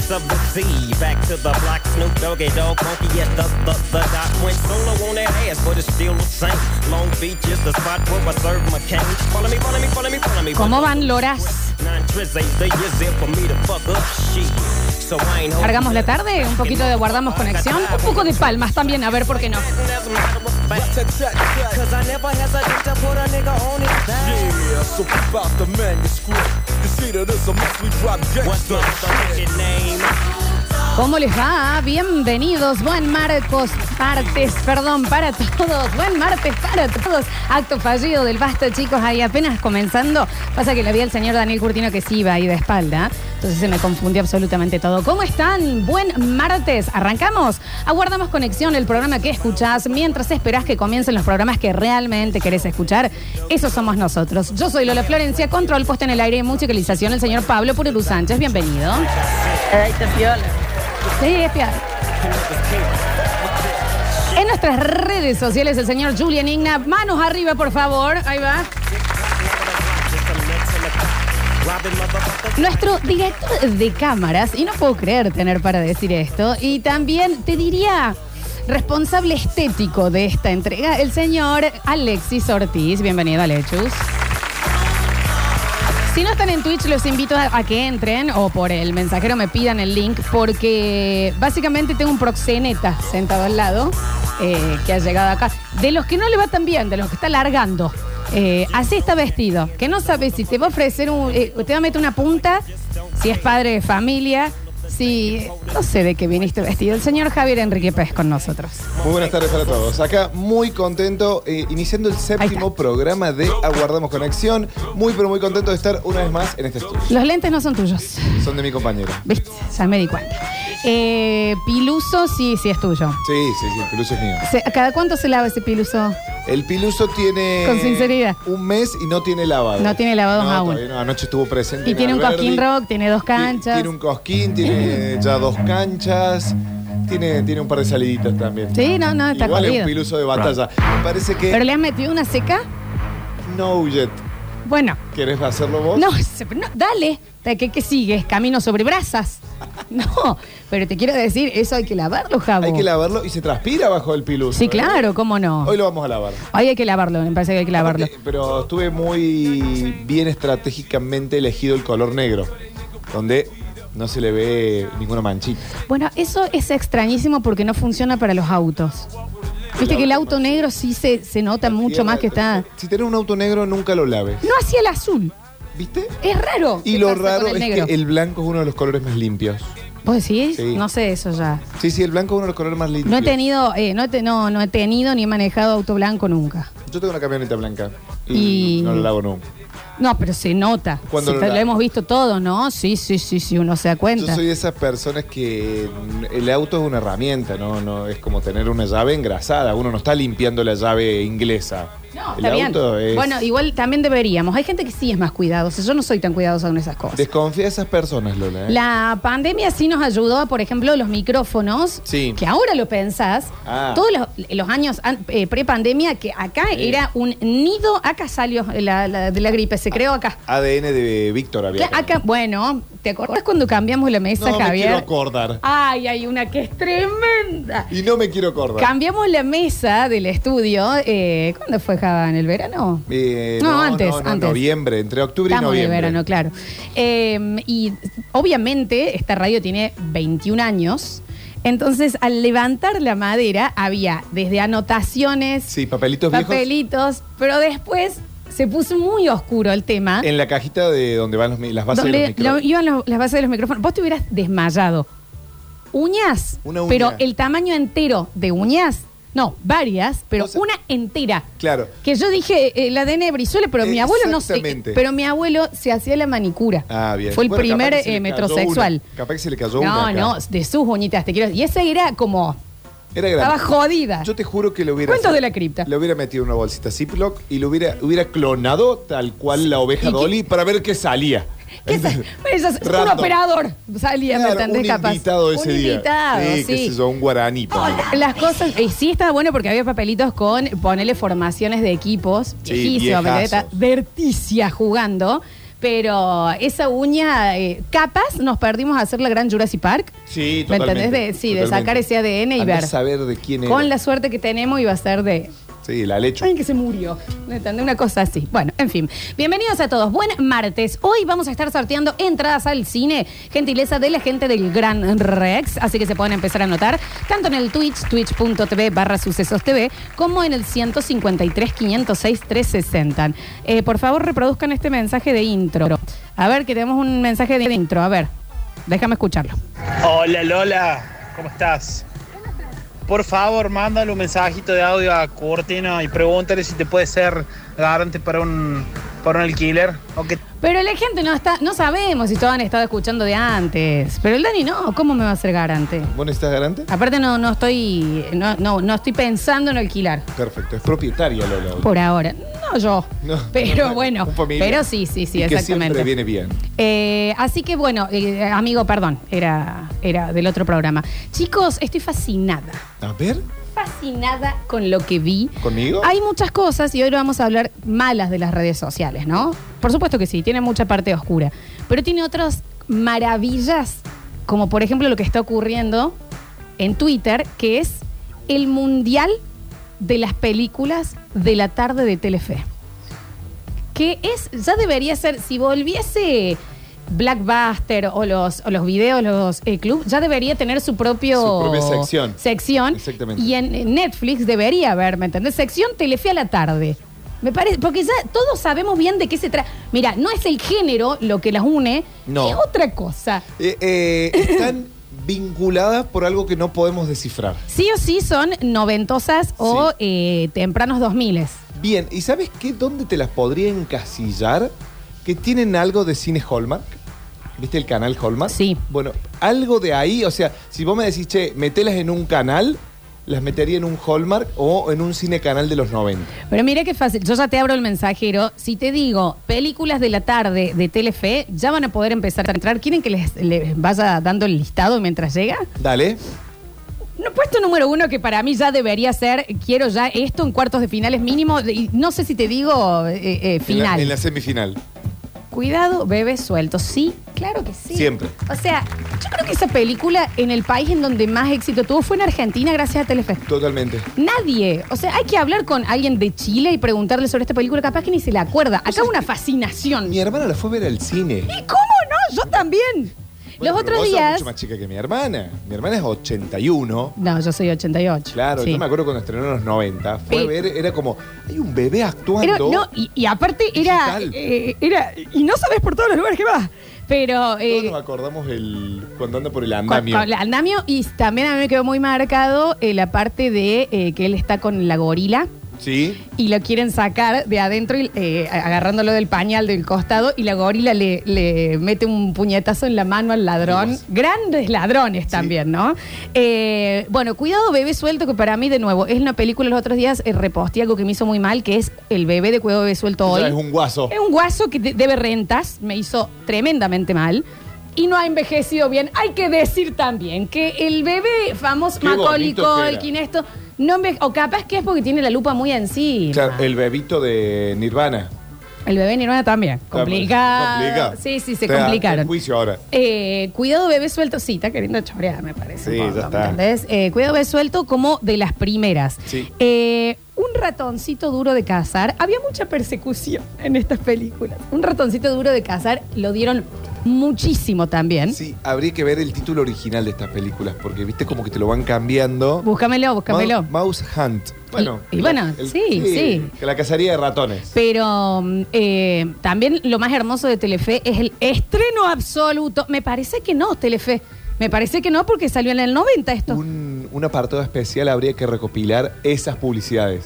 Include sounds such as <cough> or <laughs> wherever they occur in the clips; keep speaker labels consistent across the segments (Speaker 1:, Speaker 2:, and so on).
Speaker 1: Z. Back to the block, Snoop Doggy Dog, funky at the, the, the dot. Went solo on that ass, but it's still the same. Long Beach is the spot where I serve my cane. Follow me, follow me, follow me, follow me.
Speaker 2: ¿Cómo van loras?
Speaker 1: Nine trips ain't the years there for me to fuck up shit. So I ain't holding
Speaker 2: Cargamos la tarde, un poquito de guardamos conexión, un poco de palmas también, a ver por qué no.
Speaker 1: nothing as a matter of fact. Cause I never hesitate to put a nigga on his back.
Speaker 3: Yeah, so keep out the manuscript. You see that it's a must we drop
Speaker 1: What's
Speaker 3: gangsta
Speaker 1: up with the
Speaker 3: shit.
Speaker 1: fucking name?
Speaker 2: ¿Cómo les va? Bienvenidos, buen marcos, martes, perdón, para todos, buen martes para todos. Acto fallido del basta, chicos, ahí apenas comenzando. Pasa que le vi al señor Daniel Curtino que sí iba ahí de espalda, entonces se me confundió absolutamente todo. ¿Cómo están? Buen martes, arrancamos. Aguardamos conexión, el programa que escuchás, mientras esperás que comiencen los programas que realmente querés escuchar. Eso somos nosotros. Yo soy Lola Florencia, control, puesta en el aire y musicalización, el señor Pablo Pururu Sánchez, bienvenido.
Speaker 4: Ahí te piola.
Speaker 2: Sí, es piada. En nuestras redes sociales, el señor Julian Igna. Manos arriba, por favor. Ahí va. Nuestro director de cámaras, y no puedo creer tener para decir esto, y también te diría responsable estético de esta entrega, el señor Alexis Ortiz. Bienvenido, Alechus. Si no están en Twitch, los invito a, a que entren o por el mensajero me pidan el link, porque básicamente tengo un proxeneta sentado al lado eh, que ha llegado acá. De los que no le va tan bien, de los que está largando. Eh, así está vestido, que no sabe si te va a ofrecer un. eh, te va a meter una punta, si es padre de familia, si. No sé de qué viniste vestido. El señor Javier Enrique Pérez con nosotros.
Speaker 5: Muy buenas tardes para todos. Acá muy contento, eh, iniciando el séptimo programa de Aguardamos Conexión. Muy, pero muy contento de estar una vez más en este estudio.
Speaker 2: Los lentes no son tuyos.
Speaker 5: Son de mi compañero.
Speaker 2: ¿Viste? Ya me di cuenta. Eh, piluso, sí, sí es tuyo.
Speaker 5: Sí, sí, sí, el piluso es mío.
Speaker 2: Se- ¿Cada cuánto se lava ese piluso?
Speaker 5: El piluso tiene.
Speaker 2: Con sinceridad.
Speaker 5: Un mes y no tiene lavado.
Speaker 2: No tiene lavado
Speaker 5: No,
Speaker 2: aún.
Speaker 5: todavía no. Anoche estuvo presente.
Speaker 2: Y
Speaker 5: en
Speaker 2: tiene un
Speaker 5: Alberdi.
Speaker 2: cosquín rock, tiene dos canchas.
Speaker 5: Ti- Tiene un
Speaker 2: <laughs>
Speaker 5: cosquín, tiene ya dos canchas. Tiene, tiene un par de saliditas también.
Speaker 2: Sí, no, no, está
Speaker 5: Igual es un
Speaker 2: corrido.
Speaker 5: piluso de batalla. Me parece que.
Speaker 2: ¿Pero le has metido una seca?
Speaker 5: No, Jet.
Speaker 2: Bueno,
Speaker 5: ¿Querés hacerlo vos?
Speaker 2: no, se- no, dale. ¿Qué, qué sigues? ¿Camino sobre brasas? <laughs> No, pero te quiero decir, eso hay que lavarlo, Javo.
Speaker 5: Hay que lavarlo y se transpira bajo el piluso.
Speaker 2: Sí,
Speaker 5: ¿eh?
Speaker 2: claro, cómo no.
Speaker 5: Hoy lo vamos a lavar.
Speaker 2: Hoy hay que lavarlo, me parece que hay que lavarlo.
Speaker 5: Aparte, Pero estuve muy bien estratégicamente elegido el color negro, donde no se le ve ninguna manchita.
Speaker 2: Bueno, eso es extrañísimo porque no funciona para los autos. Viste que el auto negro sí se, se nota mucho más que está...
Speaker 5: Si tenés un auto negro, nunca lo laves.
Speaker 2: No hacia el azul.
Speaker 5: ¿Viste?
Speaker 2: Es raro.
Speaker 5: Y lo
Speaker 2: que pase con
Speaker 5: raro
Speaker 2: el
Speaker 5: es
Speaker 2: negro.
Speaker 5: que el blanco es uno de los colores más limpios.
Speaker 2: ¿Vos decís?
Speaker 5: Sí.
Speaker 2: No sé eso ya.
Speaker 5: Sí, sí, el blanco es uno de los colores más limpios.
Speaker 2: No he tenido, eh, no, he te- no, no he tenido ni he manejado auto blanco nunca.
Speaker 5: Yo tengo una camioneta blanca y,
Speaker 2: Y-
Speaker 5: no la lavo nunca.
Speaker 2: No, pero se nota.
Speaker 5: Cuando
Speaker 2: Sí,
Speaker 5: lo
Speaker 2: te- lo
Speaker 5: lavo.
Speaker 2: hemos visto todos, ¿no? Sí, sí, sí, sí, uno se da
Speaker 5: Yo
Speaker 2: cuenta.
Speaker 5: soy de esas personas que mm, el auto es una herramienta, ¿no? no Es como tener una llave engrasada. Uno no está limpiando la llave inglesa.
Speaker 2: No,
Speaker 5: el
Speaker 2: está bien.
Speaker 5: auto es.
Speaker 2: Bueno, igual también deberíamos. Hay gente que sí es más cuidadosa. Yo no soy tan cuidadosa con esas cosas.
Speaker 5: Desconfía de esas personas, Lola. ¿eh?
Speaker 2: La pandemia sí nos ayudó, por ejemplo, los micrófonos,
Speaker 5: Sí.
Speaker 2: que ahora lo pensás,
Speaker 5: Ah.
Speaker 2: todos los, los años an- eh, pre-pandemia, que acá
Speaker 5: Sí.
Speaker 2: era un nido, acá salió la, la- de la gripe, se creó acá.
Speaker 5: ADN de Víctor había.
Speaker 2: Cla- acá, bueno, ¿te acordás cuando cambiamos la mesa,
Speaker 5: no me
Speaker 2: Javier? Ah.
Speaker 5: quiero acordar.
Speaker 2: Ay, hay una que es tremenda.
Speaker 5: Y no me quiero acordar.
Speaker 2: Cambiamos la mesa del estudio. Eh, ¿Cuándo fue, Java? ¿En el verano?
Speaker 5: Eh,
Speaker 2: No, antes, antes.
Speaker 5: Noviembre, entre octubre
Speaker 2: Estamos
Speaker 5: y
Speaker 2: en el
Speaker 5: noviembre.
Speaker 2: verano, claro. Eh, y obviamente esta radio tiene 21 años. Entonces, al levantar la madera, había desde anotaciones,
Speaker 5: Sí, papelitos viejos.
Speaker 2: papelitos, pero después se puso muy oscuro el tema.
Speaker 5: En la cajita de donde van los mi- las bases de los
Speaker 2: ¿ah? donde lo-
Speaker 5: micrófonos.
Speaker 2: iban los- las bases de los micrófonos. Vos te hubieras desmayado. Uñas,
Speaker 5: Una uña.
Speaker 2: pero el tamaño entero de uñas, no, varias, pero
Speaker 5: O sea,
Speaker 2: una entera.
Speaker 5: Claro.
Speaker 2: Que yo dije, eh, la de Brizuela, pero mi abuelo no sé.
Speaker 5: Exactamente.
Speaker 2: Pero mi abuelo se hacía la manicura.
Speaker 5: Ah, bien.
Speaker 2: Fue el
Speaker 5: Bueno, capaz
Speaker 2: primer
Speaker 5: que se le
Speaker 2: eh,
Speaker 5: cayó
Speaker 2: metrosexual.
Speaker 5: una. Capaz que se le cayó una.
Speaker 2: No,
Speaker 5: acá.
Speaker 2: no, de sus uñitas, te quiero Y esa era como.
Speaker 5: Era grande.
Speaker 2: Estaba jodida.
Speaker 5: Yo te juro que lo hubiera.
Speaker 2: Cuentos de la cripta.
Speaker 5: Le hubiera metido una bolsita Ziploc y lo hubiera, hubiera clonado tal cual la oveja
Speaker 2: ¿Y qué-
Speaker 5: Dolly para ver qué salía.
Speaker 2: ¿Qué
Speaker 5: <laughs>
Speaker 2: es- bueno, eso es un
Speaker 5: Random.
Speaker 2: operador salía, ¿me
Speaker 5: Claro,
Speaker 2: entendés?
Speaker 5: un
Speaker 2: Capaz.
Speaker 5: invitado ese
Speaker 2: un
Speaker 5: día.
Speaker 2: invitado,
Speaker 5: sí, qué sé yo, un guaraní. ponele.
Speaker 2: Las cosas, y sí estaba bueno porque había papelitos con ponerle formaciones de equipos,
Speaker 5: Sí,
Speaker 2: viejísimo,
Speaker 5: viejazos.
Speaker 2: Verticia jugando. pero esa uña, eh, capaz nos perdimos a hacer la gran Jurassic Park.
Speaker 5: Sí,
Speaker 2: ¿Me
Speaker 5: totalmente,
Speaker 2: entendés? De- sí, de
Speaker 5: totalmente.
Speaker 2: sacar ese ADN y
Speaker 5: Andá
Speaker 2: ver.
Speaker 5: a saber de quién era.
Speaker 2: Con la suerte que tenemos iba a ser de
Speaker 5: Sí, la leche.
Speaker 2: Ay, que se murió. ¿Me entendés? Una cosa así. Bueno, en fin. Bienvenidos a todos. Buen martes. Hoy vamos a estar sorteando entradas al cine. Gentileza de la gente del Gran Rex. Así que se pueden empezar a anotar tanto en el Twitch, twitch.tv barra sucesos TV, como en el 153 506 360. Eh, por favor, reproduzcan este mensaje de intro. A ver, que tenemos un mensaje de intro. A ver, déjame escucharlo.
Speaker 6: Hola Lola, ¿cómo estás? Por favor, mándale un mensajito de audio a Cortina y pregúntale si te puede ser garante para un, para un alquiler. O que
Speaker 2: Pero la gente no está, no sabemos si todos han estado escuchando de antes. Pero el Dani no, ¿cómo me va a ser garante?
Speaker 5: ¿Vos necesitas garante?
Speaker 2: Aparte no, no estoy no, no, no estoy pensando en alquilar
Speaker 5: Perfecto, es propietaria Lola.
Speaker 2: por ahora. No yo.
Speaker 5: No.
Speaker 2: <laughs>
Speaker 5: <laughs>
Speaker 2: pero bueno.
Speaker 5: Un familiar.
Speaker 2: Pero sí, sí, sí,
Speaker 5: Y que siempre
Speaker 2: exactamente.
Speaker 5: viene bien.
Speaker 2: Eh, así que bueno, eh, amigo, perdón, era, era del otro programa. Chicos, estoy fascinada.
Speaker 5: A ver,
Speaker 2: Fascinada con lo que vi.
Speaker 5: ¿Conmigo?
Speaker 2: Hay muchas cosas y hoy lo vamos a hablar malas de las redes sociales, ¿no? Por supuesto que sí, tiene mucha parte oscura. Pero tiene otras maravillas, como por ejemplo lo que está ocurriendo en Twitter, que es el mundial de las películas de la tarde de Telefe. Que es, ya debería ser, si volviese Blackbuster o los, o los videos, los eh, club, ya debería tener su propio...
Speaker 5: Su propia sección.
Speaker 2: Sección.
Speaker 5: Exactamente.
Speaker 2: Y en en Netflix debería haber, ¿me entendés? Sección Telefe a la tarde. Me parece, porque ya todos sabemos bien de qué se trata. Mira, no es el género lo que las une,
Speaker 5: No.
Speaker 2: es otra cosa.
Speaker 5: eh, eh, están vinculadas por algo que no podemos descifrar.
Speaker 2: Sí o sí son noventosas o
Speaker 5: Sí.
Speaker 2: eh, tempranos 2000.
Speaker 5: Bien, ¿y sabes qué? ¿Dónde te las podría encasillar? Que tienen algo de cine Hallmark. ¿Viste el canal Hallmark?
Speaker 2: Sí.
Speaker 5: Bueno, algo de ahí, o sea, si vos me decís, che, metelas en un canal, las metería en un Hallmark o en un cine canal de los 90.
Speaker 2: Pero mira qué fácil, yo ya te abro el mensajero. Si te digo películas de la tarde de Telefe, ya van a poder empezar a entrar. ¿Quieren que les, les vaya dando el listado mientras llega?
Speaker 5: Dale.
Speaker 2: No, puesto número uno que para mí ya debería ser, quiero ya esto en cuartos de finales mínimo, y no sé si te digo eh, eh,
Speaker 5: En la-
Speaker 2: final.
Speaker 5: En la, semifinal.
Speaker 2: Cuidado, bebé suelto. Sí, claro que sí.
Speaker 5: Siempre.
Speaker 2: O sea, yo creo que esa película en el país en donde más éxito tuvo fue en Argentina gracias a Telefe.
Speaker 5: Totalmente.
Speaker 2: Nadie, o sea, hay que hablar con alguien de Chile y preguntarle sobre esta película, capaz que ni se la acuerda. Acá una fascinación.
Speaker 5: Mi
Speaker 2: ¿Y
Speaker 5: hermana la fue a ver al cine.
Speaker 2: cómo no? Yo también.
Speaker 5: Bueno,
Speaker 2: Los
Speaker 5: pero
Speaker 2: otros
Speaker 5: vos sos
Speaker 2: días...
Speaker 5: mucho más chica que mi hermana. Mi hermana es 81.
Speaker 2: No, yo soy 88.
Speaker 5: Claro,
Speaker 2: Sí.
Speaker 5: yo me acuerdo cuando estrenó en los 90. Fue a
Speaker 2: Sí.
Speaker 5: ver, era como, hay un bebé actuando.
Speaker 2: Era- no, y, y aparte era,
Speaker 5: Digital.
Speaker 2: eh, era. Y no sabes por todos los lugares que vas. Pero.
Speaker 5: Todos
Speaker 2: eh,
Speaker 5: nos acordamos el, cuando anda por el
Speaker 2: con-
Speaker 5: andamio.
Speaker 2: con el andamio, y también a mí me quedó muy marcado eh, la parte de eh, que él está con la gorila
Speaker 5: Sí.
Speaker 2: y lo quieren sacar de adentro y, eh, agarrándolo del pañal del costado y la gorila le, le mete un puñetazo en la mano al ladrón.
Speaker 5: Dios.
Speaker 2: Grandes ladrones también, ¿no? Eh, bueno, cuidado bebé suelto, que para mí de nuevo es una película los otros días eh, reposté algo que me hizo muy mal, que es el bebé de cuidado bebé suelto
Speaker 5: O
Speaker 2: hoy.
Speaker 5: sea, es un guaso.
Speaker 2: Es un guaso que de- debe rentas, me hizo tremendamente mal. Y no ha envejecido bien. Hay que decir también que el bebé famoso
Speaker 5: Qué
Speaker 2: Macaulay
Speaker 5: bonito que era.
Speaker 2: Culkin, esto, no enveje- o capaz que es porque tiene la lupa muy encima.
Speaker 5: Claro, el bebito de Nirvana.
Speaker 2: El bebé Nirvana también. Complicado.
Speaker 5: Complicado.
Speaker 2: Sí, sí,
Speaker 5: O
Speaker 2: se
Speaker 5: sea,
Speaker 2: complicaron.
Speaker 5: en juicio ahora.
Speaker 2: Eh, cuidado bebé suelto. Sí, está queriendo chorear, me parece.
Speaker 5: Sí,
Speaker 2: un
Speaker 5: ya
Speaker 2: ¿me
Speaker 5: está.
Speaker 2: ¿entendés? Eh, cuidado bebé suelto como de las primeras.
Speaker 5: Sí.
Speaker 2: Eh, un ratoncito duro de cazar. Había mucha persecución en estas películas. Un ratoncito duro de cazar lo dieron muchísimo también.
Speaker 5: Sí, habría que ver el título original de estas películas, porque viste como que te lo van cambiando.
Speaker 2: Búscamelo, búscamelo.
Speaker 5: Mou- Mouse Hunt. Bueno.
Speaker 2: Y- y bueno, sí, sí.
Speaker 5: Que la cacería de ratones.
Speaker 2: Pero mm, eh, también lo más hermoso de Telefe es el estreno absoluto. Me parece que no, Telefe. Me parece que no porque salió en el 90 esto.
Speaker 5: Un, un apartado especial habría que recopilar esas publicidades.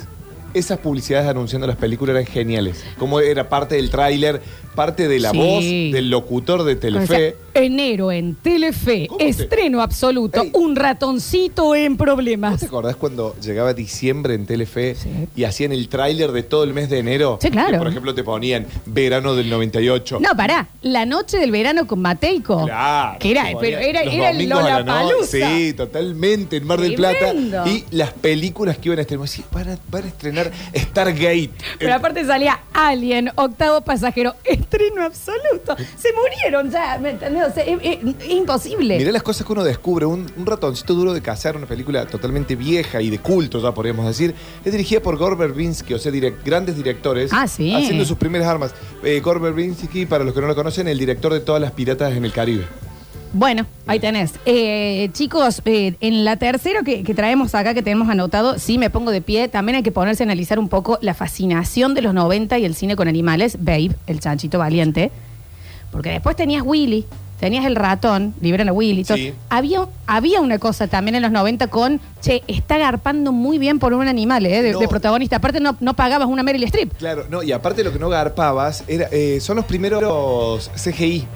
Speaker 5: Esas publicidades anunciando las películas eran geniales. Como era parte del tráiler, parte de la
Speaker 2: Sí.
Speaker 5: voz, del locutor de
Speaker 2: O sea,
Speaker 5: Telefe.
Speaker 2: Enero en Telefe,
Speaker 5: ¿Cómo te-
Speaker 2: estreno absoluto,
Speaker 5: Ey.
Speaker 2: un ratoncito en
Speaker 5: ¿Vos
Speaker 2: problemas.
Speaker 5: te acordás cuando llegaba diciembre en Telefe
Speaker 2: Sí.
Speaker 5: y hacían el tráiler de todo el mes de enero?
Speaker 2: Sí, claro.
Speaker 5: Que, por ejemplo, te ponían verano del 98.
Speaker 2: No, pará, la noche del verano con Mateico.
Speaker 5: Claro.
Speaker 2: Que era,
Speaker 5: Te
Speaker 2: pero
Speaker 5: ponían
Speaker 2: era,
Speaker 5: los
Speaker 2: era el
Speaker 5: domingos a la
Speaker 2: Lollapalooza.
Speaker 5: noche. Sí, totalmente, en Mar del
Speaker 2: Tremendo.
Speaker 5: Plata. Y las películas que iban a estrenar. Sí, van, a, van a estrenar Stargate.
Speaker 2: Pero aparte salía Alien, octavo pasajero, estreno absoluto. Se murieron ya, ¿me entendés? O sea, es, es- es imposible.
Speaker 5: Mirá las cosas que uno descubre. Un, un ratoncito duro de cazar, una película totalmente vieja y de culto, ya podríamos decir. Es dirigida por Gore Verbinski, o sea, direc- grandes directores.
Speaker 2: Ah, sí.
Speaker 5: Haciendo sus primeras armas. Eh, Gore Verbinski, para los que no lo conocen, el director de todas las piratas en el Caribe.
Speaker 2: Bueno, ahí tenés. Eh, chicos, eh, en la tercera que, que traemos acá, que tenemos anotado, sí me pongo de pie, también hay que ponerse a analizar un poco la fascinación de los 90 y el cine con animales, Babe, el chanchito valiente, porque después tenías Willy, tenías el ratón, libran a Willy. todo.
Speaker 5: Sí.
Speaker 2: Había, había una cosa también en los 90 con, che, está garpando muy bien por un animal, eh, de,
Speaker 5: No.
Speaker 2: de protagonista. Aparte no, no pagabas una Meryl Streep.
Speaker 5: Claro, no, y aparte lo que no garpabas era, eh, son los primeros CGI.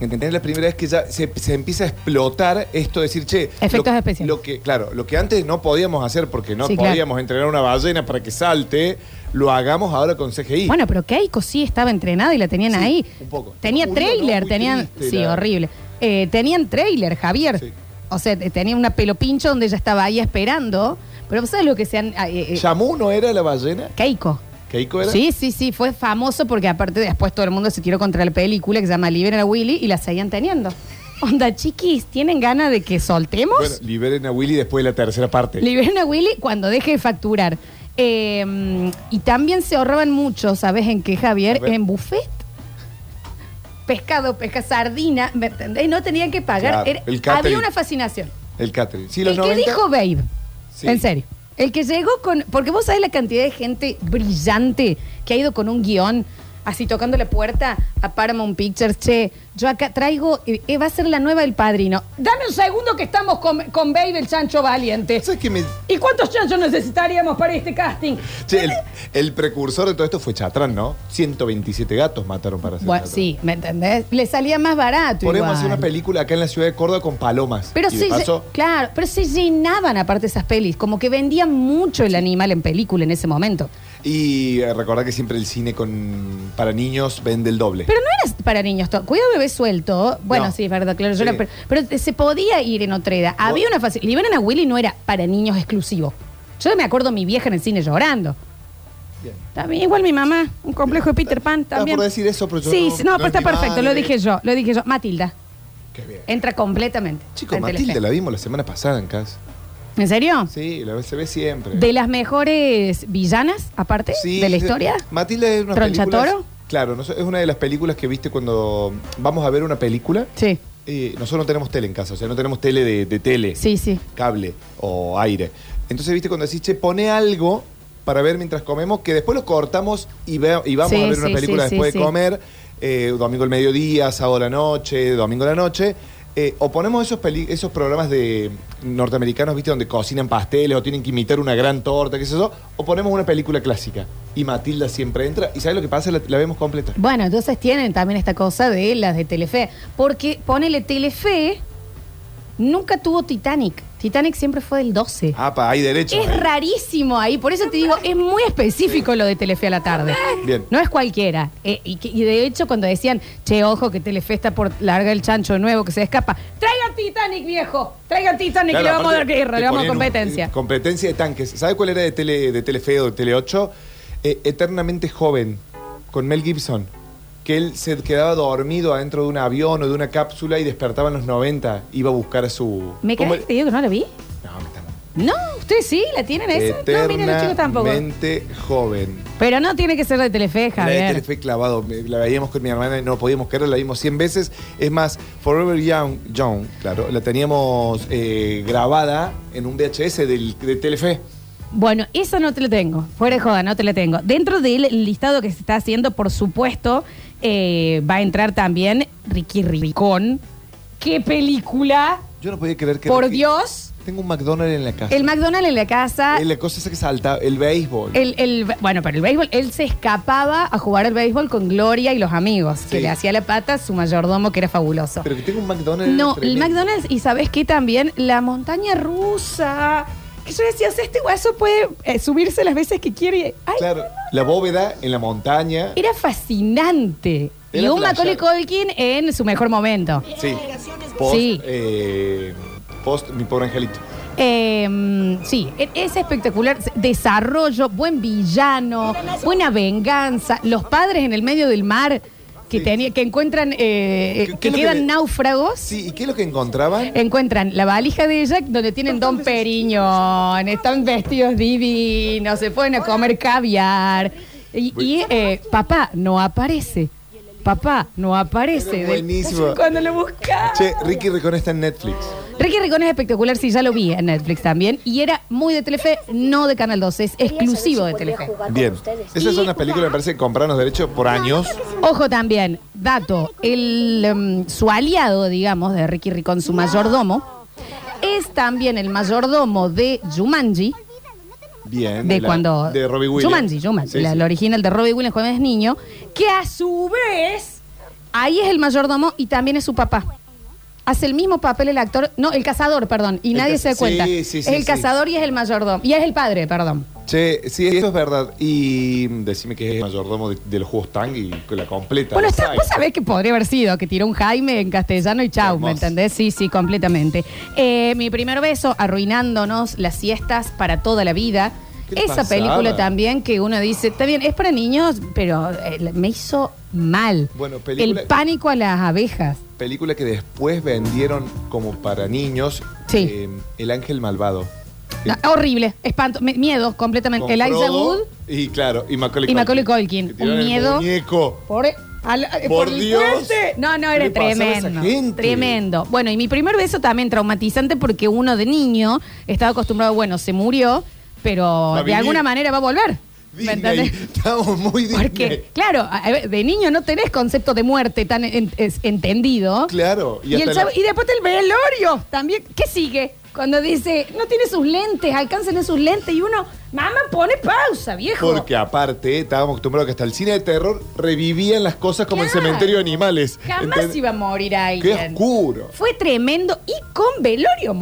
Speaker 5: ¿Entendés? La primera vez que ya se, se empieza a explotar esto, de decir, che.
Speaker 2: Efectos
Speaker 5: lo-
Speaker 2: especiales.
Speaker 5: Lo que, claro, lo que antes no podíamos hacer porque no
Speaker 2: Sí, claro.
Speaker 5: podíamos entrenar una ballena para que salte, lo hagamos ahora con CGI.
Speaker 2: Bueno, pero Keiko sí estaba entrenada y la tenían
Speaker 5: Sí,
Speaker 2: ahí.
Speaker 5: un poco.
Speaker 2: Tenía
Speaker 5: Uno,
Speaker 2: trailer,
Speaker 5: ¿no? Muy
Speaker 2: tenían.
Speaker 5: triste
Speaker 2: Sí,
Speaker 5: la-
Speaker 2: horrible. Eh, tenían trailer, Javier.
Speaker 5: Sí.
Speaker 2: O sea, te- tenía una pelo pincho donde ella estaba ahí esperando. Pero ¿sabes lo que se han. ah, eh, eh,
Speaker 5: ¿Yamú no era la ballena?
Speaker 2: Keiko.
Speaker 5: ¿Keiko era?
Speaker 2: Sí, sí, sí, fue famoso porque aparte después todo el mundo se tiró contra la película que se llama Liberen a Willy y la seguían teniendo. <laughs> Onda, chiquis, ¿tienen ganas de que soltemos?
Speaker 5: Bueno, liberen a Willy después de la tercera parte.
Speaker 2: Liberan a Willy cuando deje de facturar. Eh, y también se ahorraban mucho, ¿sabes en qué,
Speaker 5: A
Speaker 2: Javier?
Speaker 5: ver.
Speaker 2: En buffet. Pescado, pesca, sardina, ¿me entendés? No tenían que pagar.
Speaker 5: Claro,
Speaker 2: Era-
Speaker 5: el catering.
Speaker 2: había una fascinación.
Speaker 5: El catering. Sí,
Speaker 2: el
Speaker 5: los
Speaker 2: que
Speaker 5: 90,
Speaker 2: dijo Babe,
Speaker 5: Sí.
Speaker 2: en serio. El que llegó con... Porque vos sabés la cantidad de gente brillante que ha ido con un guión, así tocando la puerta a Paramount Pictures, che, yo acá traigo, eh, eh, va a ser la nueva del padrino. Dame un segundo que estamos con, con Babe, el chancho valiente.
Speaker 5: ¿Sabes qué me-
Speaker 2: ¿Y cuántos chanchos necesitaríamos para este casting?
Speaker 5: Che, el, el precursor de todo esto fue Chatrán, ¿no? 127 gatos mataron para hacer
Speaker 2: Bueno,
Speaker 5: Chatrán.
Speaker 2: sí, ¿me entendés? Le salía más barato.
Speaker 5: Podríamos
Speaker 2: igual.
Speaker 5: hacer una película acá en la ciudad de Córdoba con palomas.
Speaker 2: Pero
Speaker 5: Y
Speaker 2: sí,
Speaker 5: de
Speaker 2: se-
Speaker 5: paso,
Speaker 2: claro, pero se llenaban aparte esas pelis, como que vendían mucho el animal en película en ese momento.
Speaker 5: Y eh, recordá que siempre el cine con para niños vende el doble.
Speaker 2: Pero no era para niños, to- cuidado bebé suelto. Bueno,
Speaker 5: No.
Speaker 2: sí, es verdad, claro. yo
Speaker 5: Sí.
Speaker 2: la- pero, pero se podía ir en otra edad. Había una facilidad. Liberan a Willy no era para niños exclusivo. Yo me acuerdo mi vieja en el cine llorando.
Speaker 5: Bien.
Speaker 2: También, igual mi mamá, un complejo de Peter Pan
Speaker 5: Estaba
Speaker 2: también.
Speaker 5: por decir eso, pero yo
Speaker 2: Sí,
Speaker 5: no-
Speaker 2: sí, no,
Speaker 5: no
Speaker 2: pero
Speaker 5: es
Speaker 2: está
Speaker 5: mi
Speaker 2: perfecto, lo
Speaker 5: madre.
Speaker 2: dije yo, lo dije yo. Matilda,
Speaker 5: Qué bien.
Speaker 2: entra completamente.
Speaker 5: Chicos,
Speaker 2: en
Speaker 5: Matilda
Speaker 2: Telefe.
Speaker 5: la vimos la semana pasada en casa.
Speaker 2: ¿En serio?
Speaker 5: Sí, la se ve siempre.
Speaker 2: De las mejores villanas, aparte,
Speaker 5: Sí,
Speaker 2: de la historia.
Speaker 5: Matilda es una
Speaker 2: ¿Tronchatoro?
Speaker 5: película. Claro, nos- es una de las películas que viste cuando vamos a ver una película.
Speaker 2: Sí,
Speaker 5: Eh, nosotros no tenemos tele en casa, o sea, no tenemos tele de, de tele,
Speaker 2: sí, sí.
Speaker 5: cable o aire. Entonces, viste, cuando decís, che, pone algo para ver mientras comemos, que después lo cortamos y, ve- y vamos
Speaker 2: Sí,
Speaker 5: a ver
Speaker 2: sí,
Speaker 5: una película
Speaker 2: sí,
Speaker 5: después
Speaker 2: sí,
Speaker 5: de
Speaker 2: sí.
Speaker 5: comer, eh, domingo al mediodía, sábado a la noche, domingo a la noche. Eh, o ponemos esos, peli- esos programas de norteamericanos, viste, donde cocinan pasteles o tienen que imitar una gran torta, qué sé yo, o ponemos una película clásica. Y Matilda siempre entra, y ¿sabes lo que pasa? La, la vemos completa.
Speaker 2: Bueno, entonces tienen también esta cosa de las de Telefe. Porque, ponele, Telefe nunca tuvo Titanic. Titanic siempre fue del 12.
Speaker 5: Ah, pa, hay derecho.
Speaker 2: Es rarísimo ahí, por eso te digo, es muy específico lo de Telefe a la tarde.
Speaker 5: Bien.
Speaker 2: No es cualquiera. Eh, y, que- y de hecho, cuando decían, che, ojo, que Telefe está por larga el chancho de nuevo que se escapa, traigan Titanic, viejo, traigan Titanic,
Speaker 5: Claro,
Speaker 2: le vamos a dar
Speaker 5: aparte,
Speaker 2: guerra,
Speaker 5: te
Speaker 2: le vamos a
Speaker 5: ponían un-
Speaker 2: competencia.
Speaker 5: eh, competencia de tanques. ¿Sabe cuál era de Tele, de Telefeo, de Tele 8? Eh, eternamente joven, con Mel Gibson. Que él se quedaba dormido adentro de un avión o de una cápsula y despertaba en los 90. Iba a buscar a su.
Speaker 2: ¿Me
Speaker 5: ¿Cómo
Speaker 2: crees que te digo que no la vi?
Speaker 5: era? No, me está mal.
Speaker 2: No, ustedes sí, la tienen esa. No, miren, los chicos tampoco.
Speaker 5: Eternamente joven.
Speaker 2: Pero no tiene que ser de Telefe,
Speaker 5: La de
Speaker 2: Javier.
Speaker 5: Telefe clavado. Me- La veíamos con mi hermana y no podíamos creer, la vimos 100 veces. Es más, Forever Young, Young claro, la teníamos eh, grabada en un VHS del, de Telefe.
Speaker 2: Bueno, eso no te lo tengo. Fuera de joda, no te lo tengo. Dentro del listado que se está haciendo, por supuesto, eh, va a entrar también Ricky Ricón. ¡Qué película!
Speaker 5: Yo no podía creer que.
Speaker 2: Por
Speaker 5: Ricky-
Speaker 2: Dios.
Speaker 5: Tengo un McDonald's en la casa.
Speaker 2: El McDonald's en la casa.
Speaker 5: Eh, la cosa esa que salta, el béisbol.
Speaker 2: El, el- bueno, pero el béisbol, él se escapaba a jugar al béisbol con Gloria y los amigos, que
Speaker 5: Sí.
Speaker 2: le hacía la pata a su mayordomo, que era fabuloso.
Speaker 5: Pero que tengo un McDonald's.
Speaker 2: No, el
Speaker 5: tremendo.
Speaker 2: McDonald's, y sabes qué también, la montaña rusa. Que yo decía, o sea, este guaso puede eh, subirse las veces que quiere. y- Ay,
Speaker 5: Claro, la bóveda en la montaña.
Speaker 2: Era fascinante. y
Speaker 5: Era
Speaker 2: un Macaulay
Speaker 5: flashar.
Speaker 2: Culkin en su mejor momento.
Speaker 5: Sí. Post,
Speaker 2: Sí.
Speaker 5: eh, post mi pobre angelito.
Speaker 2: Eh, sí, e- es espectacular. Desarrollo, buen villano, buena venganza. Los padres en el medio del mar que,
Speaker 5: Sí.
Speaker 2: tenía- que encuentran, eh, eh,
Speaker 5: ¿Qué- qué
Speaker 2: que
Speaker 5: es lo que
Speaker 2: quedan
Speaker 5: le-
Speaker 2: náufragos.
Speaker 5: Sí, ¿y qué es lo que encontraban?
Speaker 2: Eh, Encuentran la valija de ella donde tienen Don Periñón, están vestidos divinos, se pueden a comer caviar. Y, y, eh, papá no aparece. Papá no aparece.
Speaker 5: Era buenísimo.
Speaker 2: <laughs> Cuando lo buscaba.
Speaker 5: Che, Ricky Ricón está en Netflix.
Speaker 2: Ricky Ricón es espectacular, sí, ya lo vi en Netflix también. Y era muy de Telefe, no de Canal 12, es exclusivo de Telefe.
Speaker 5: Bien. Esas son
Speaker 2: Y-
Speaker 5: las películas, me parece, que compraron los derechos por años.
Speaker 2: Ojo también, dato, el, em, su aliado, digamos, de Ricky Ricón, su mayordomo, es también el mayordomo de Jumanji,
Speaker 5: Bien.
Speaker 2: de
Speaker 5: la-
Speaker 2: cuando...
Speaker 5: ¿eh? De Robbie Williams.
Speaker 2: Jumanji, Jumanji,
Speaker 5: Sí,
Speaker 2: la,
Speaker 5: sí.
Speaker 2: la original de Robbie Williams cuando es niño, que a su vez, ahí es el mayordomo y también es su papá. Hace el mismo papel el actor, no, el cazador, perdón, y
Speaker 5: El
Speaker 2: nadie se
Speaker 5: caza-
Speaker 2: da cuenta.
Speaker 5: sí, sí,
Speaker 2: es
Speaker 5: sí,
Speaker 2: el
Speaker 5: sí.
Speaker 2: cazador y es el mayordomo, y es el padre, perdón.
Speaker 5: Che, sí, esto es verdad. Y mm, decime que es el mayordomo de, de los juegos Tang y que la completa.
Speaker 2: Bueno,
Speaker 5: la
Speaker 2: está-
Speaker 5: saga.
Speaker 2: vos sabés que podría haber sido que tiró un Jaime en castellano y chau, ¿me
Speaker 5: Hermoso.
Speaker 2: entendés? Sí, sí, completamente. Eh, mi primer beso, arruinándonos las siestas para toda la vida.
Speaker 5: ¿Qué te
Speaker 2: Esa
Speaker 5: pasaba?
Speaker 2: película también que uno dice, está bien, es para niños, pero eh, me hizo mal.
Speaker 5: Bueno, película-
Speaker 2: El pánico a las abejas.
Speaker 5: Película que después vendieron como para niños.
Speaker 2: Sí.
Speaker 5: eh, el Ángel Malvado.
Speaker 2: No, horrible, espanto, me- miedo completamente.
Speaker 5: Con
Speaker 2: El
Speaker 5: Frodo
Speaker 2: Wood,
Speaker 5: Y claro, y Macaulay
Speaker 2: Y Macaulay Culkin.
Speaker 5: Que tiraron
Speaker 2: Un
Speaker 5: el
Speaker 2: miedo.
Speaker 5: muñeco.
Speaker 2: por, al-
Speaker 5: Por
Speaker 2: el
Speaker 5: Dios.
Speaker 2: puente. No, no,
Speaker 5: ¿Qué
Speaker 2: era
Speaker 5: le pasaba a esa
Speaker 2: tremendo.
Speaker 5: gente?
Speaker 2: Tremendo. Bueno, y mi primer beso también traumatizante porque uno de niño estaba acostumbrado, bueno, se murió, pero
Speaker 5: a
Speaker 2: de
Speaker 5: vivir.
Speaker 2: alguna manera va a volver. ¿Me
Speaker 5: Disney.
Speaker 2: entendés?
Speaker 5: Estamos muy
Speaker 2: <laughs>
Speaker 5: Disney.
Speaker 2: Porque, claro, a- a ver, de niño no tenés concepto de muerte tan en- es- entendido.
Speaker 5: Claro.
Speaker 2: Y, el
Speaker 5: hasta
Speaker 2: chavo-
Speaker 5: la-
Speaker 2: y después el velorio también. ¿Qué sigue? Cuando dice, no tiene sus lentes, alcancen sus lentes. Y uno, mamá, pone pausa, viejo.
Speaker 5: Porque aparte, estábamos acostumbrados que hasta el cine de terror revivían las cosas como el
Speaker 2: Claro.
Speaker 5: cementerio de animales.
Speaker 2: Jamás
Speaker 5: ¿Entendés?
Speaker 2: iba a morir alguien.
Speaker 5: Qué oscuro.
Speaker 2: Fue tremendo y con velorio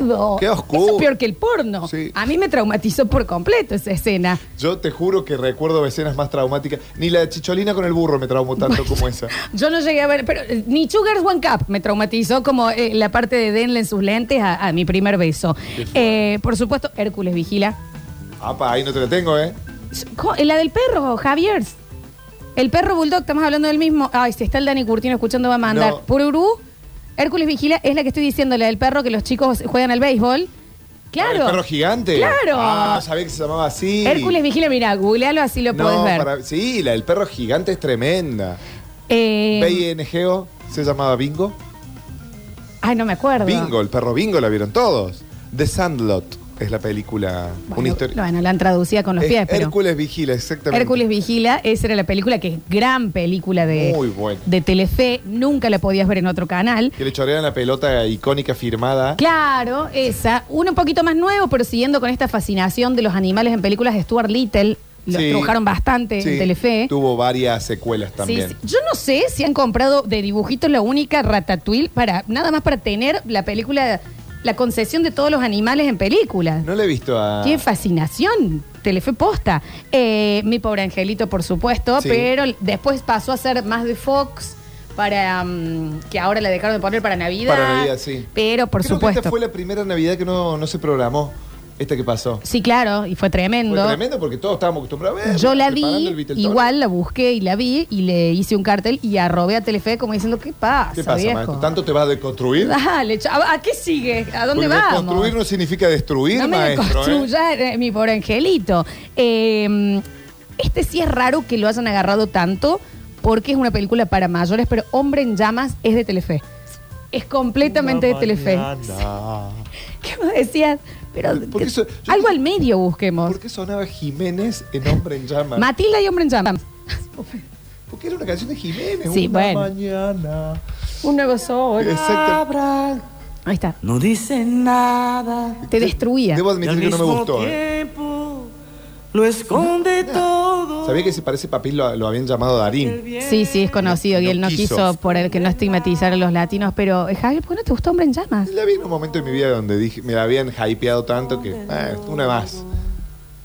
Speaker 2: mostrado.
Speaker 5: Qué oscuro.
Speaker 2: Eso es peor que el porno.
Speaker 5: Sí.
Speaker 2: A mí me traumatizó por completo esa escena.
Speaker 5: Yo te juro que recuerdo escenas más traumáticas. Ni la chicholina con el burro me traumó tanto como esa.
Speaker 2: Yo no llegué a ver, pero eh, ni Sugar's One Cup me traumatizó como eh, la parte de denle en sus lentes a, a mi primer beso. Eh, por supuesto, Hércules Vigila.
Speaker 5: Apa, ahí no te la tengo, ¿eh?
Speaker 2: Jo- La del perro, Javier. El perro Bulldog, estamos hablando del mismo. Ay, si está el Dani Curtino escuchando, va a mandar.
Speaker 5: No.
Speaker 2: Pururú, Hércules Vigila, es la que estoy diciendo, la del perro que los chicos juegan al béisbol. Claro.
Speaker 5: ¿El perro gigante?
Speaker 2: Claro.
Speaker 5: Ah, sabía que se llamaba así.
Speaker 2: Hércules Vigila, mira, googlealo, así lo
Speaker 5: No,
Speaker 2: podés ver.
Speaker 5: para- sí, la del perro gigante es tremenda.
Speaker 2: Eh,
Speaker 5: BINGO se llamaba Bingo.
Speaker 2: ay, no me acuerdo.
Speaker 5: Bingo, el perro Bingo la vieron todos. The Sandlot es la película,
Speaker 2: Bueno,
Speaker 5: una historia.
Speaker 2: Bueno, la han traducido con los
Speaker 5: Es
Speaker 2: pies, pero.
Speaker 5: Hércules Vigila, exactamente.
Speaker 2: Hércules Vigila, esa era la película que es gran película de,
Speaker 5: Muy buena.
Speaker 2: de Telefe, nunca la podías ver en otro canal.
Speaker 5: Que le chorean la pelota icónica firmada.
Speaker 2: Claro, esa. Uno un poquito más nuevo, pero siguiendo con esta fascinación de los animales en películas de Stuart Little. Los
Speaker 5: Sí.
Speaker 2: dibujaron bastante
Speaker 5: Sí,
Speaker 2: en Telefe.
Speaker 5: Tuvo varias secuelas
Speaker 2: Sí,
Speaker 5: también.
Speaker 2: sí. Yo no sé si han comprado de dibujitos la única Ratatouille para nada más para tener la película, la concesión de todos los animales en películas.
Speaker 5: No le he visto a.
Speaker 2: Qué fascinación, Telefe posta. Eh, mi pobre angelito, por supuesto,
Speaker 5: Sí.
Speaker 2: pero después pasó a ser más de Fox para mm, que ahora la dejaron de poner para Navidad.
Speaker 5: Para Navidad, sí.
Speaker 2: Pero por
Speaker 5: Creo que
Speaker 2: supuesto.
Speaker 5: esta fue la primera Navidad que no, no se programó. Esta que pasó.
Speaker 2: Sí, claro, y fue
Speaker 5: Fue
Speaker 2: tremendo.
Speaker 5: tremendo porque todos estábamos acostumbrados a ver.
Speaker 2: Yo la
Speaker 5: preparando el
Speaker 2: vi,
Speaker 5: Beatles
Speaker 2: igual la busqué y la vi y le hice un cartel y arrobé a Telefe como diciendo, ¿qué pasa,
Speaker 5: Tour. ¿Qué pasa,
Speaker 2: viejo?
Speaker 5: maestro? ¿Tanto te vas a deconstruir?
Speaker 2: Dale, chavo, ¿a qué sigue? ¿A dónde
Speaker 5: Porque
Speaker 2: vamos?
Speaker 5: Deconstruir no significa destruir,
Speaker 2: No me
Speaker 5: maestro. ¿eh?
Speaker 2: construya mi pobre angelito. Eh, este sí es raro que lo hayan agarrado tanto porque es una película para mayores, pero Hombre en Llamas es de Telefe. Es completamente de Telefe. <laughs>
Speaker 5: Ah.
Speaker 2: ¿Qué me decías? Pero
Speaker 5: ¿Por qué
Speaker 2: que-
Speaker 5: eso- yo-
Speaker 2: algo al medio busquemos.
Speaker 5: ¿Por qué sonaba Jiménez en Hombre en Llamas?
Speaker 2: Matilda y Hombre en Llamas.
Speaker 5: Porque era una canción de Jiménez.
Speaker 2: Sí,
Speaker 5: una
Speaker 2: bueno.
Speaker 5: mañana.
Speaker 2: Un nuevo sol.
Speaker 5: Exacto.
Speaker 2: Ahí está.
Speaker 7: No dice nada.
Speaker 2: Te destruía.
Speaker 5: Debo
Speaker 7: Y al
Speaker 5: admitir que no me
Speaker 7: mismo
Speaker 5: gustó. ¿eh?
Speaker 7: tiempo lo
Speaker 5: <laughs>
Speaker 7: esconde todo.
Speaker 5: Sabía que se parece papil lo, lo habían llamado Darín.
Speaker 2: Sí, sí, es conocido
Speaker 5: No-
Speaker 2: y él no
Speaker 5: no
Speaker 2: quiso,
Speaker 5: quiso.
Speaker 2: por el que no estigmatizar a los latinos, pero eh, Javier, ¿por qué no te gustó Hombre en Llamas?
Speaker 5: La vi en un momento de mi vida donde dije, me la habían hypeado tanto que, eh, una más.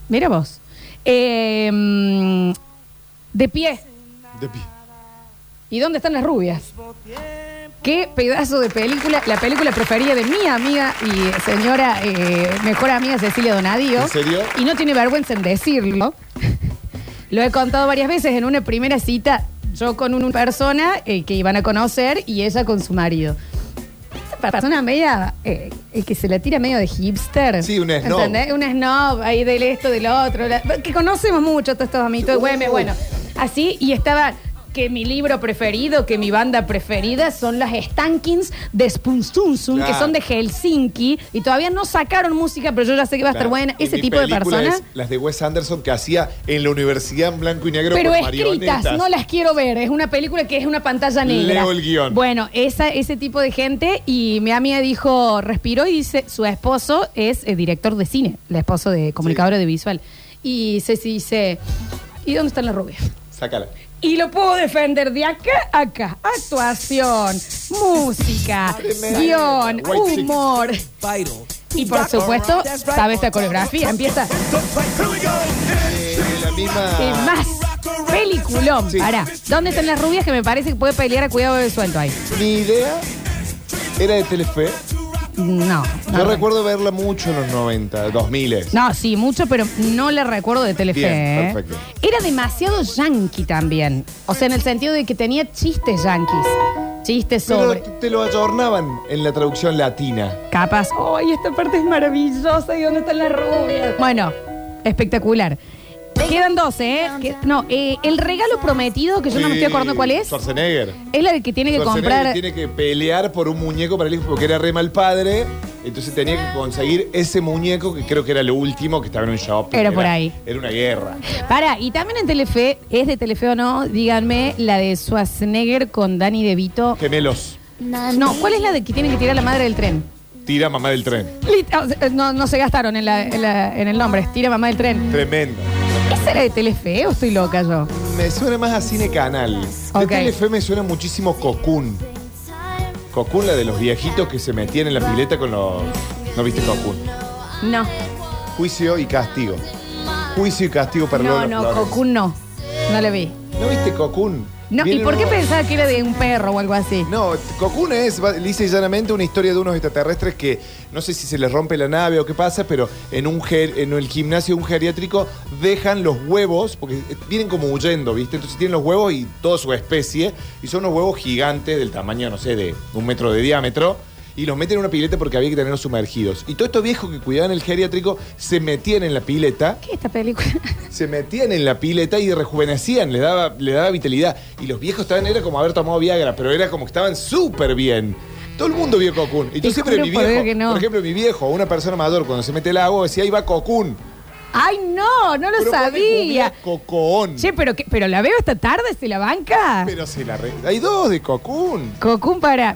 Speaker 2: Mira vos. Eh, mm, de pie.
Speaker 5: De pie.
Speaker 2: ¿Y dónde están las rubias? Qué pedazo de película, la película preferida de mi amiga y señora, eh, mejor amiga Cecilia Donadio.
Speaker 5: ¿En serio?
Speaker 2: Y no tiene vergüenza en decirlo. <laughs> Lo he contado varias veces en una primera cita, yo con una persona eh, que iban a conocer y ella con su marido. Esta persona media, eh, eh, que se la tira medio de hipster.
Speaker 5: Sí, un snob.
Speaker 2: ¿Entendés? Un snob ahí del esto, del otro. la- que conocemos mucho todos estos amitos de Güemes, bueno. Así, y estaba que mi libro preferido, que mi banda preferida son las Stankins de Spunsunsun, que
Speaker 5: Claro.
Speaker 2: son de Helsinki, y todavía no sacaron música, pero yo ya sé que va a estar
Speaker 5: Claro.
Speaker 2: buena.
Speaker 5: Y
Speaker 2: Ese
Speaker 5: mi
Speaker 2: tipo de
Speaker 5: película
Speaker 2: personas.
Speaker 5: es las de Wes Anderson que hacía en la universidad en blanco y negro
Speaker 2: Pero
Speaker 5: con
Speaker 2: escritas,
Speaker 5: marionetas.
Speaker 2: no las quiero ver. Es una película que es una pantalla negra.
Speaker 5: Leo el guión.
Speaker 2: Bueno, esa, ese tipo de gente. Y mi amiga dijo, respiró y dice, su esposo es eh, director de cine, el esposo de comunicador audiovisual. Y Ceci dice, ¿y dónde están las rubias?
Speaker 5: Sácala.
Speaker 2: Y lo puedo defender de acá a acá. Actuación, música, guión, humor. Y por supuesto, sabe esta coreografía. Empieza
Speaker 5: Eh, la misma.
Speaker 2: eh, más. Peliculón.
Speaker 5: Sí.
Speaker 2: Pará. ¿Dónde están las rubias que me parece que puede pelear a cuidado de sueldo ahí?
Speaker 5: Mi idea era de Telefe.
Speaker 2: No. no
Speaker 5: Yo recuerdo verla mucho en los 90, 2000.
Speaker 2: No, sí, mucho, pero no le recuerdo de Telefe.
Speaker 5: Bien,
Speaker 2: ¿eh?
Speaker 5: perfecto.
Speaker 2: Era demasiado yankee también. O sea, en el sentido de que tenía chistes yankees. Chistes sobre.
Speaker 5: Pero te lo adornaban en la traducción latina.
Speaker 2: capas. ¡Ay, esta parte es maravillosa! ¿Y dónde están las rubias? Bueno, espectacular. Quedan 12, ¿eh? Que- no, eh, el regalo prometido, que yo no me estoy acordando cuál es,
Speaker 5: Schwarzenegger.
Speaker 2: es la que tiene que
Speaker 5: Schwarzenegger
Speaker 2: comprar.
Speaker 5: Tiene que pelear por un muñeco para el hijo porque era re mal padre. Entonces tenía que conseguir ese muñeco que creo que era lo último que estaba en un shopping.
Speaker 2: Era por ahí.
Speaker 5: Era una guerra.
Speaker 2: Para, y también en Telefe, ¿es de Telefe o no? Díganme, la de Schwarzenegger con Dani DeVito.
Speaker 5: Gemelos.
Speaker 2: No, ¿cuál es la de que tienen que tirar la madre del tren?
Speaker 5: Tira mamá del tren.
Speaker 2: Lit- ah, eh, No, no se gastaron en, la- en la- en el nombre, tira mamá del tren.
Speaker 5: Tremendo.
Speaker 2: ¿Esa era de Telefe o estoy loca yo?
Speaker 5: Me suena más a cine canal. De
Speaker 2: Ok.
Speaker 5: Telefe me suena muchísimo Cocoon. Cocoon, la de los viejitos que se metían en la pileta con los. ¿No viste Cocoon?
Speaker 2: No,
Speaker 5: Juicio y castigo. Juicio y castigo para
Speaker 2: no,
Speaker 5: Lola
Speaker 2: no,
Speaker 5: Flores.
Speaker 2: Cocoon no. No la vi.
Speaker 5: ¿No viste Cocoon?
Speaker 2: No, ¿Y
Speaker 5: Viene
Speaker 2: por qué
Speaker 5: uno-
Speaker 2: pensaba que era de un perro o algo así?
Speaker 5: No, Cocoon es va- lisa y llanamente una historia de unos extraterrestres que no sé si se les rompe la nave o qué pasa, pero en un ger- en el gimnasio de un geriátrico dejan los huevos, porque eh, vienen como huyendo, ¿viste? Entonces tienen los huevos y toda su especie, y son unos huevos gigantes del tamaño, no sé, de un metro de diámetro. Y los meten en una pileta porque había que tenerlos sumergidos. Y todos estos viejos que cuidaban el geriátrico se metían en la pileta
Speaker 2: ¿Qué es esta película?
Speaker 5: se metían en la pileta y rejuvenecían, le daba, le daba vitalidad. Y los viejos estaban, era como haber tomado Viagra, pero era como que estaban súper bien. Todo el mundo vio Cocoon. Y
Speaker 2: Te
Speaker 5: yo siempre
Speaker 2: juro
Speaker 5: mi
Speaker 2: por Dios
Speaker 5: viejo,
Speaker 2: que no.
Speaker 5: por ejemplo, mi viejo, una persona mayor, cuando se mete el agua, decía, ahí va Cocoon.
Speaker 2: ¡Ay, no! No lo
Speaker 5: Pero vos le
Speaker 2: sabía.
Speaker 5: googleás Cocoon.
Speaker 2: Che, pero, qué- pero la veo esta tarde, ¿se la banca?
Speaker 5: Pero se la re- Hay dos de Cocoon.
Speaker 2: Cocoon para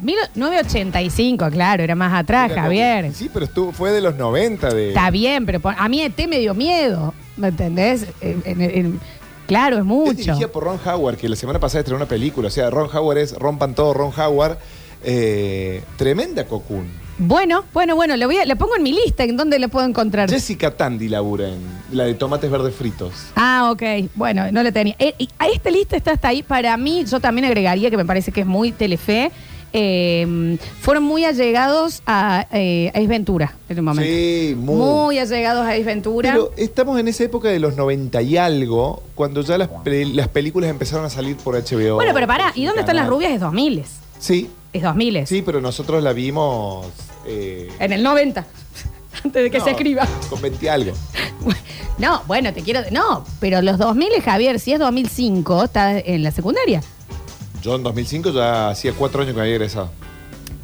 Speaker 2: 1985, claro, era más atrás,
Speaker 5: Era
Speaker 2: Ah, Javier.
Speaker 5: Cocoon. Sí, pero estuvo- fue de los 90 de...
Speaker 2: Está bien, pero pon- a mí ET me dio miedo, ¿me entendés? En- en- en- claro, es
Speaker 5: Es
Speaker 2: mucho.
Speaker 5: dirigida por Ron Howard, que la semana pasada estrenó una película. O sea, Ron Howard es Rompan Todo Ron Howard. Eh, tremenda Cocoon.
Speaker 2: Bueno, bueno, bueno, la, voy a- la pongo en mi lista, ¿en dónde la puedo encontrar?
Speaker 5: Jessica Tandy labura en la de tomates verdes fritos.
Speaker 2: Ah, ok. Bueno, no la tenía. Eh, y a esta lista está hasta ahí. Para mí, yo también agregaría que me parece que es muy Telefe. eh, fueron muy allegados a eh, Ace Ventura en un momento.
Speaker 5: Sí, muy.
Speaker 2: Muy allegados a Ace Ventura.
Speaker 5: Pero estamos en esa época de los 90 y algo, cuando ya las, pe- las películas empezaron a salir por HBO.
Speaker 2: bueno, pero pará,
Speaker 5: por
Speaker 2: ¿y
Speaker 5: su
Speaker 2: dónde están las
Speaker 5: canal.
Speaker 2: rubias? Es 2000.
Speaker 5: Sí,
Speaker 2: Es 2000.
Speaker 5: sí, pero nosotros la vimos. eh,
Speaker 2: En el 90. <laughs> Antes de que
Speaker 5: no,
Speaker 2: se escriba.
Speaker 5: Con 20 algo.
Speaker 2: No, bueno, te quiero. No, pero los 2000, Javier, si es 2005, está en la secundaria.
Speaker 5: Yo en 2005 ya hacía cuatro años que había egresado.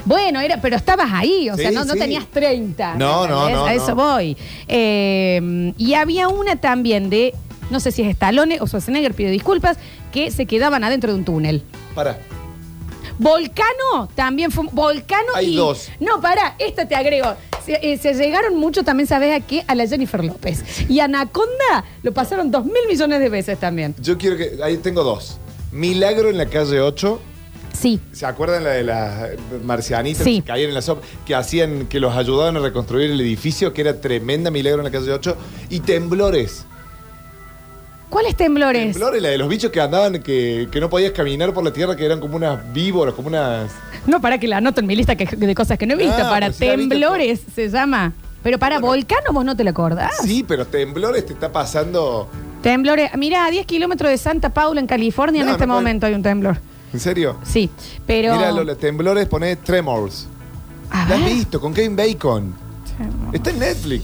Speaker 2: Bueno, era, pero estabas ahí, o sea,
Speaker 5: Sí,
Speaker 2: no, no
Speaker 5: sí.
Speaker 2: tenías 30.
Speaker 5: No, no,
Speaker 2: ¿entendés?
Speaker 5: no,
Speaker 2: A eso
Speaker 5: no.
Speaker 2: voy. Eh, y había una también de, no sé si es Stallone o Schwarzenegger, pido disculpas, que se quedaban adentro de un túnel.
Speaker 5: Pará.
Speaker 2: Volcano también fue. Volcano
Speaker 5: Hay
Speaker 2: y.
Speaker 5: dos.
Speaker 2: No, para, esta te agrego. Se, eh, se llegaron mucho también, ¿sabes a qué? A la Jennifer López. Y Anaconda lo pasaron dos mil millones de veces también.
Speaker 5: Yo quiero que. Ahí tengo dos. Milagro en la calle 8.
Speaker 2: Sí.
Speaker 5: ¿Se acuerdan la de las eh, marcianitas
Speaker 2: Sí.
Speaker 5: que caían en la sopa? Que hacían, que los ayudaban a reconstruir el edificio, que era tremenda milagro en la calle 8. Y temblores.
Speaker 2: ¿Cuáles temblores?
Speaker 5: Temblores, la de los bichos que andaban, que, que no podías caminar por la tierra, que eran como unas víboras, como unas.
Speaker 2: No, para que la anoto en mi lista que- de cosas que no he visto.
Speaker 5: Ah,
Speaker 2: para
Speaker 5: pero si la viste,
Speaker 2: temblores se llama. Pero para volcano vos no te lo acordás.
Speaker 5: Sí, pero temblores te está pasando.
Speaker 2: Temblores. Mira, a 10 kilómetros de Santa Paula, en California, en
Speaker 5: No,
Speaker 2: este
Speaker 5: no puede-
Speaker 2: momento hay un temblor.
Speaker 5: ¿En serio?
Speaker 2: Sí, pero.
Speaker 5: Mira, los temblores pone Tremors.
Speaker 2: A
Speaker 5: ¿La has
Speaker 2: ver.
Speaker 5: visto? Con Kevin Bacon. Está en Netflix.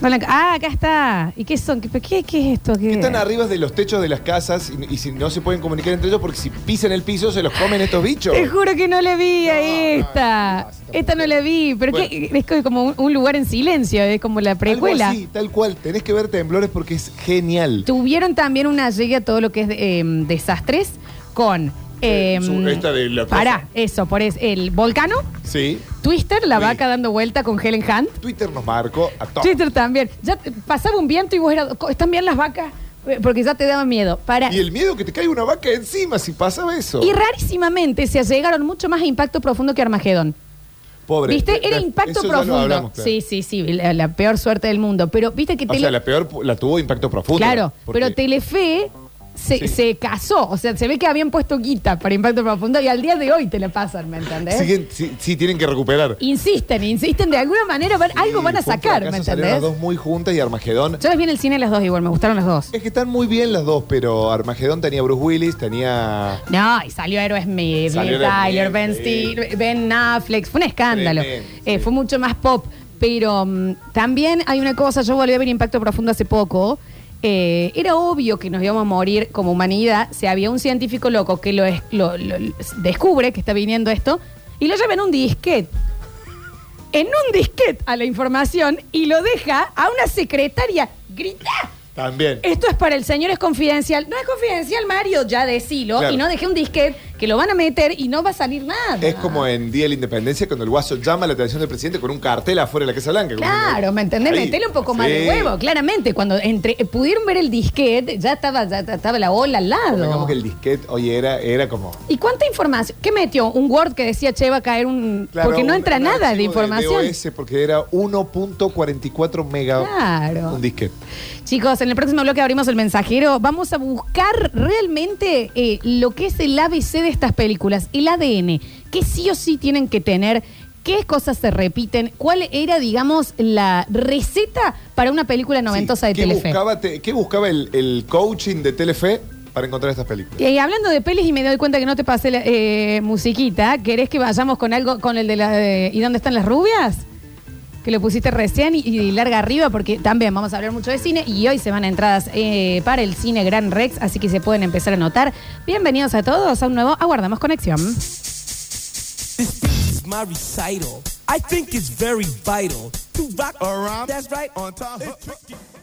Speaker 2: No la enc- ah, acá está. ¿Y qué son? ¿Qué, pero qué- qué es esto? ¿Qué,
Speaker 5: Que están arriba de los techos de las casas y, y si no se pueden comunicar entre ellos porque si pisan el piso se los comen estos bichos.
Speaker 2: Te juro que no le vi a esta.
Speaker 5: no, no, no,
Speaker 2: esta no la vi. Pero
Speaker 5: Bueno.
Speaker 2: qué- es como un, un lugar en silencio, es como la precuela.
Speaker 5: Sí, tal cual. Tenés que ver temblores porque es genial.
Speaker 2: Tuvieron también una llega a todo lo que es eh, desastres con. eh,
Speaker 5: su- esta de la cosa.
Speaker 2: Pará, eso, por eso. El volcano,
Speaker 5: Sí.
Speaker 2: Twister, la
Speaker 5: Sí.
Speaker 2: vaca dando vuelta con Helen Hunt.
Speaker 5: Twitter nos marcó a todos.
Speaker 2: Twitter también. Ya te- pasaba un viento y vos eras. co- ¿Están bien las vacas? Eh, Porque ya te daba miedo. Para.
Speaker 5: Y el miedo que te caiga una vaca encima si pasaba eso.
Speaker 2: Y rarísimamente se llegaron mucho más a impacto profundo que Armagedón.
Speaker 5: Pobre.
Speaker 2: ¿Viste? Era
Speaker 5: Eso
Speaker 2: impacto
Speaker 5: ya lo
Speaker 2: profundo.
Speaker 5: hablamos, claro.
Speaker 2: Sí, sí, sí, la, la peor suerte del mundo. Pero viste que
Speaker 5: O
Speaker 2: Tele-
Speaker 5: sea, la peor la tuvo impacto profundo.
Speaker 2: Claro,
Speaker 5: Porque-
Speaker 2: pero Telefe se,
Speaker 5: Sí.
Speaker 2: se casó. O sea, se ve que habían puesto guita para impacto profundo y al día de hoy te la pasan, ¿me entendés?
Speaker 5: Siguen- sí, sí, tienen que recuperar.
Speaker 2: Insisten, insisten, de alguna manera van- algo van a
Speaker 5: Fue un
Speaker 2: sacar, ¿me
Speaker 5: fracaso, salieron las
Speaker 2: entendés?
Speaker 5: dos muy juntas y Armagedón.
Speaker 2: Yo las vi en el cine las dos igual, me gustaron las dos.
Speaker 5: Es que están muy bien las dos, pero Armagedón tenía Bruce Willis, tenía.
Speaker 2: No, y salió Héroes Smith,
Speaker 5: Salió
Speaker 2: Liv
Speaker 5: Héroe
Speaker 2: Tyler,
Speaker 5: Smith,
Speaker 2: Ben,
Speaker 5: sí.
Speaker 2: Stiller, Ben Affleck, fue un escándalo.
Speaker 5: Tremendo,
Speaker 2: Eh,
Speaker 5: sí.
Speaker 2: Fue mucho más pop. Pero mm, también hay una cosa, yo volví a ver Impacto Profundo hace poco. Eh, era obvio que nos íbamos a morir como humanidad si había un científico loco que lo, es- lo- lo- lo- descubre que está viniendo esto y lo lleva en un disquete. En un disquete a la información y lo deja a una secretaria. ¡Grita!
Speaker 5: También.
Speaker 2: Esto es para el señor, es confidencial. No es confidencial, Mario, ya decilo.
Speaker 5: Claro.
Speaker 2: Y no dejé un disquete que lo van a meter y no va a salir nada.
Speaker 5: Es como en Día de la Independencia cuando el guaso llama la atención del presidente con un cartel afuera de la Casa Blanca. como
Speaker 2: Claro,
Speaker 5: diciendo,
Speaker 2: ¿me entendés?
Speaker 5: "Ahí".
Speaker 2: Metele un poco más de
Speaker 5: Sí.
Speaker 2: huevo, claramente. Cuando entre, eh, pudieron ver el disquete, ya estaba, ya estaba la ola al lado.
Speaker 5: Digamos que el disquete, oye, era, era como.
Speaker 2: ¿Y cuánta información? ¿Qué metió? ¿Un Word que decía, che, va a caer un...?
Speaker 5: claro,
Speaker 2: porque no
Speaker 5: un-
Speaker 2: entra
Speaker 5: un
Speaker 2: nada de
Speaker 5: archivo
Speaker 2: información.
Speaker 5: DOS, porque era 1.44 mega.
Speaker 2: Claro.
Speaker 5: Un disquete.
Speaker 2: Chicos, en el próximo bloque abrimos el mensajero. Vamos a buscar realmente eh, lo que es el ABC de estas películas, el ADN, que sí o sí tienen que tener, qué cosas se repiten, cuál era, digamos, la receta para una película noventosa de
Speaker 5: ¿Qué
Speaker 2: Telefe.
Speaker 5: buscaba, te- qué buscaba el, el coaching de Telefe para encontrar estas películas?
Speaker 2: Y hablando de pelis y me doy cuenta que no te pasé la eh, musiquita, ¿querés que vayamos con algo, con el de la de ¿Y dónde están las rubias? Que lo pusiste recién y, y larga arriba porque también vamos a hablar mucho de cine y hoy se van a entradas eh, para el cine Gran Rex, así que se pueden empezar a notar. Bienvenidos a todos a un nuevo Aguardamos Conexión.
Speaker 8: This beat is my recital. I think it's very vital to rock around. That's right. On time.